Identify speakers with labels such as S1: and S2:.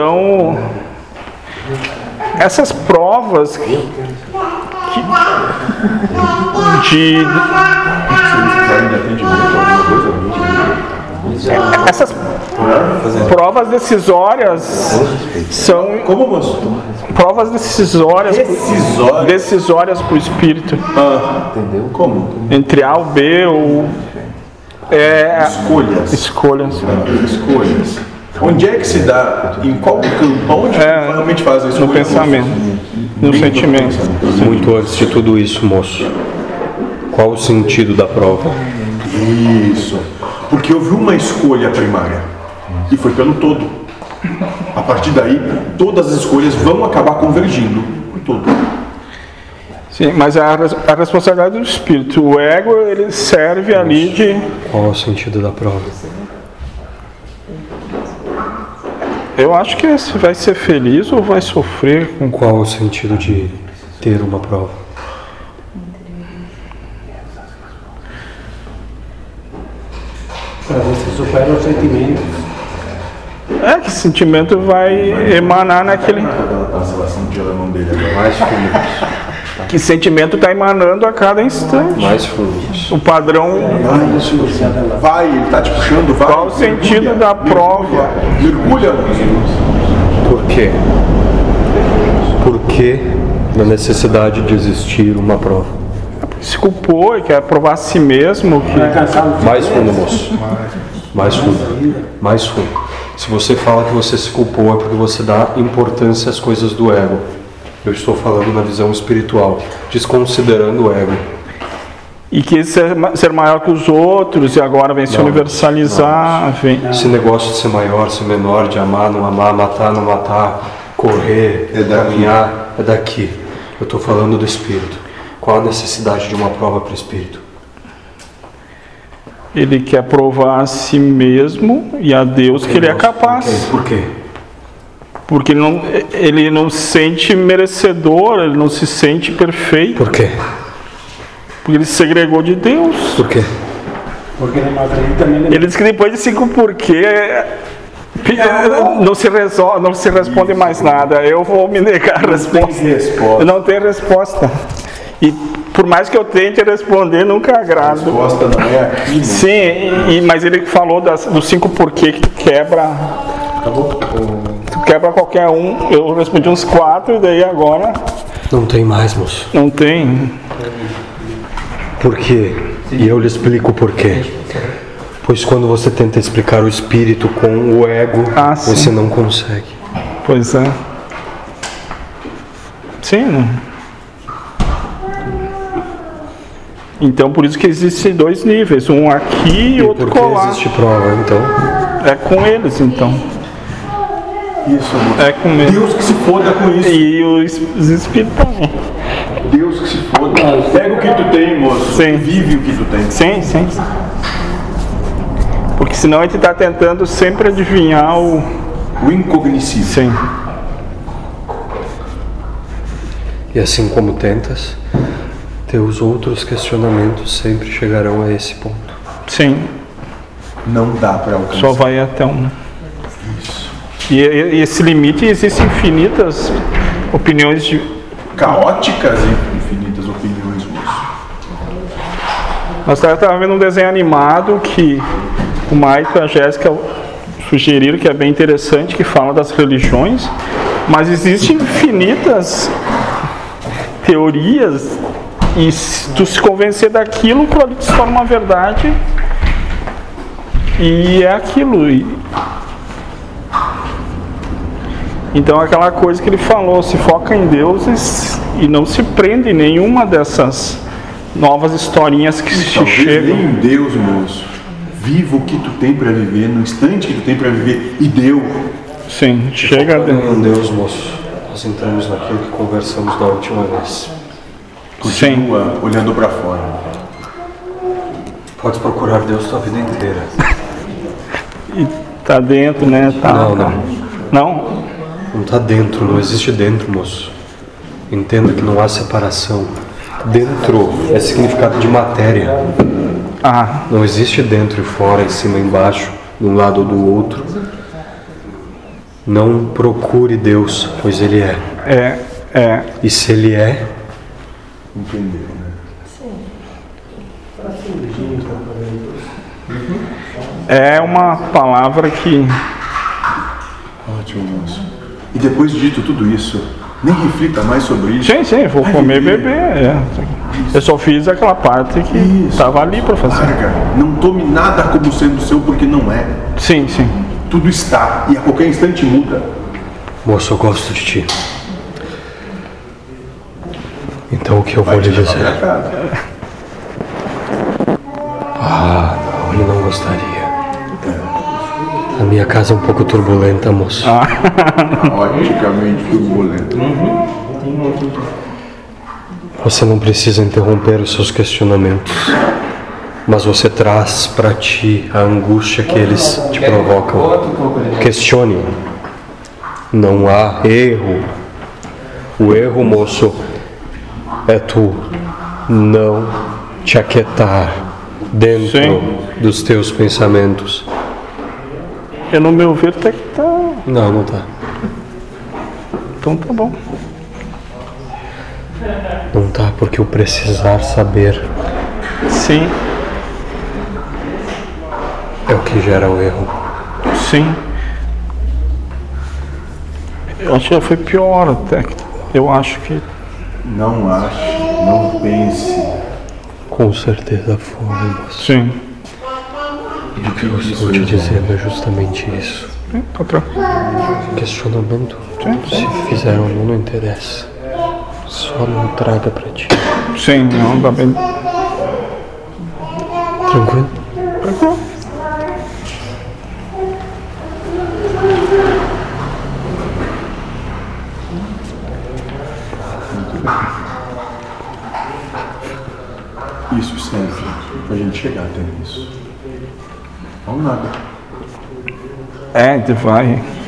S1: Então, essas provas que- que- de, essas provas decisórias são
S2: Como, moço?
S1: provas decisórias
S2: Decisórias?
S1: decisórias para o espírito
S2: Entendeu? Como?
S1: entre A ou B ou é,
S2: Escolhas.
S1: escolhas
S2: Escolhas. Onde é que se dá? Em qual campo?
S1: É,
S2: Onde que realmente faz isso?
S1: no pensamento, no sentimento.
S3: Muito antes de tudo isso, moço. Qual o sentido da prova?
S2: Isso. Porque houve uma escolha primária. E foi pelo todo. A partir daí, todas as escolhas vão acabar convergindo. O todo.
S1: Sim, mas é a, res- a responsabilidade do espírito, o ego, ele serve ali de
S3: Qual o sentido da prova?
S1: eu acho que se vai ser feliz ou vai sofrer com
S3: Qual o sentido de ter uma prova?
S4: Para você superar os sentimentos.
S1: É, que sentimento vai emanar naquele.
S2: Aquela parcelação de alemão dele agora.
S3: Mais fluidos.
S1: Que sentimento está emanando a cada instante.
S3: Mais fluidos.
S1: O padrão.
S2: Vai, isso. Vai, ele tá te puxando, vai.
S1: Qual o sentido da prova?
S2: Mergulha, moço.
S3: Por quê? Por que na necessidade de existir uma prova?
S1: Se culpou e quer provar a si mesmo.
S4: Vai
S1: Que...
S4: cansar o
S3: Mais fundo, moço. Mais fundo. Mais fundo. Se você fala que você se culpou é porque você dá importância às coisas do ego. Eu estou falando na visão espiritual, desconsiderando o ego.
S1: E quis ser, ma- ser maior que os outros e agora vem se
S3: Não,
S1: universalizar. Vem...
S3: Esse negócio de ser maior, ser menor, de amar, não amar, matar, não matar, correr,
S2: É daqui.
S3: caminhar, é daqui. Eu estou falando do espírito. Qual a necessidade de uma prova para o espírito?
S1: Ele quer provar a si mesmo e a Deus que ele é capaz.
S3: Por quê?
S1: Porque ele não, ele não se sente merecedor, ele não se sente perfeito.
S3: Por quê?
S1: Porque ele se segregou de Deus.
S3: Por quê?
S4: Porque ele não acredita nele.
S1: Ele diz que depois de cinco porquê pi- não se resolve, não se responde mais nada. Eu vou me negar a resposta.
S2: resposta.
S1: Não tem resposta. E por mais que eu tente responder, nunca agrado.
S2: Gosta não é aqui, moço.
S1: Sim, e- e- mas ele falou das, dos cinco porquê que tu quebra. Tu quebra qualquer um. Eu respondi uns quatro e daí agora
S3: Não tem mais, moço.
S1: não tem.
S3: Por quê? E eu lhe explico por quê. Pois quando você tenta explicar o espírito com o ego,
S1: Ah, sim.
S3: você não consegue.
S1: Pois é. Sim. né? Então por isso que existem dois níveis, um aqui e
S3: E
S1: outro
S3: por que
S1: colar.
S3: existe prova, então?
S1: É com eles então.
S2: Isso, moço.
S1: É com eles.
S2: Deus que se foda com isso.
S1: E os os espíritos também.
S2: Deus que se foda. Pega o que tu tem, moço.
S1: Sim.
S2: Vive o que tu tem.
S1: Sim, sim. Porque senão a gente está tentando sempre adivinhar o.
S2: O incognoscível.
S1: Sim.
S3: E assim como tentas, teus outros questionamentos sempre chegarão a esse ponto.
S1: Sim.
S2: Não dá pra alcançar.
S1: Só vai até um. E, e- e esse limite existem infinitas opiniões de,
S2: Caóticas e infinitas opiniões, moço.
S1: Nós estávamos vendo um desenho animado que o Maicon e a Jéssica sugeriram que é bem interessante, que fala das religiões, mas existem infinitas teorias e se tu se convencer daquilo, aquilo se torna uma verdade e é aquilo. E- Então aquela coisa que ele falou, se foca em Deus e s- e não se prende em nenhuma dessas novas historinhas que se
S2: Talvez
S1: chegam.
S2: nem um Deus, moço. Viva o que tu tem pra viver, no instante que tu tem pra viver. E deu.
S1: Sim, chega dentro.
S3: Meu Deus, moço, nós entramos naquilo que conversamos da última vez.
S1: Sim,
S2: Continua olhando pra fora.
S3: Pode procurar Deus tua vida inteira.
S1: tá dentro, né? Tá,
S3: Não,
S1: tá. Não?
S3: Não está dentro, não existe dentro, moço. Entenda que não há separação. Dentro é significado de matéria.
S1: Ah,
S3: Não existe dentro e fora, em cima e embaixo, de um lado ou do outro. Não procure Deus, pois Ele é.
S1: É, é,
S3: E se Ele é,
S2: Entendeu, né?
S1: é uma palavra que
S2: Ótimo, moço. E depois de dito tudo isso, nem reflita mais sobre isso.
S1: Sim, sim, vou comer bebê. É. Eu só fiz aquela parte que
S2: Isso.
S1: estava ali para fazer.
S2: Larga, não tome nada como sendo seu, porque não é.
S1: Sim, sim.
S2: Tudo está e a qualquer instante muda.
S3: moço, eu gosto de ti. Então o que eu vou lhe dizer? Ele Ah, não gostaria. A minha casa é um pouco turbulenta, moço.
S2: Óticamente turbulento.
S3: Você não precisa interromper os seus questionamentos, mas você traz para ti a angústia que eles te provocam. Questione. Não há erro. O erro, moço, é tu não te aquietar dentro
S1: Sim.
S3: dos teus pensamentos.
S1: Eu no meu ver até que tá.
S3: Não, não tá.
S1: Então tá bom.
S3: Não tá, porque o precisar saber
S1: Sim,
S3: é o que gera o erro.
S1: sim. Eu acho que já foi pior até. Eu acho que.
S2: Não ache, não pense.
S3: Com certeza foi, moço.
S1: Sim.
S2: O que
S3: Estou te dizendo é justamente isso.
S1: Tá tranquilo.
S3: Questionamento. Se fizer ou não, não interessa. Só não traga pra ti.
S1: Sim, não, tá bem.
S3: Tranquilo?
S2: Isso serve pra gente chegar até isso. Não nada.
S1: É, tu vai.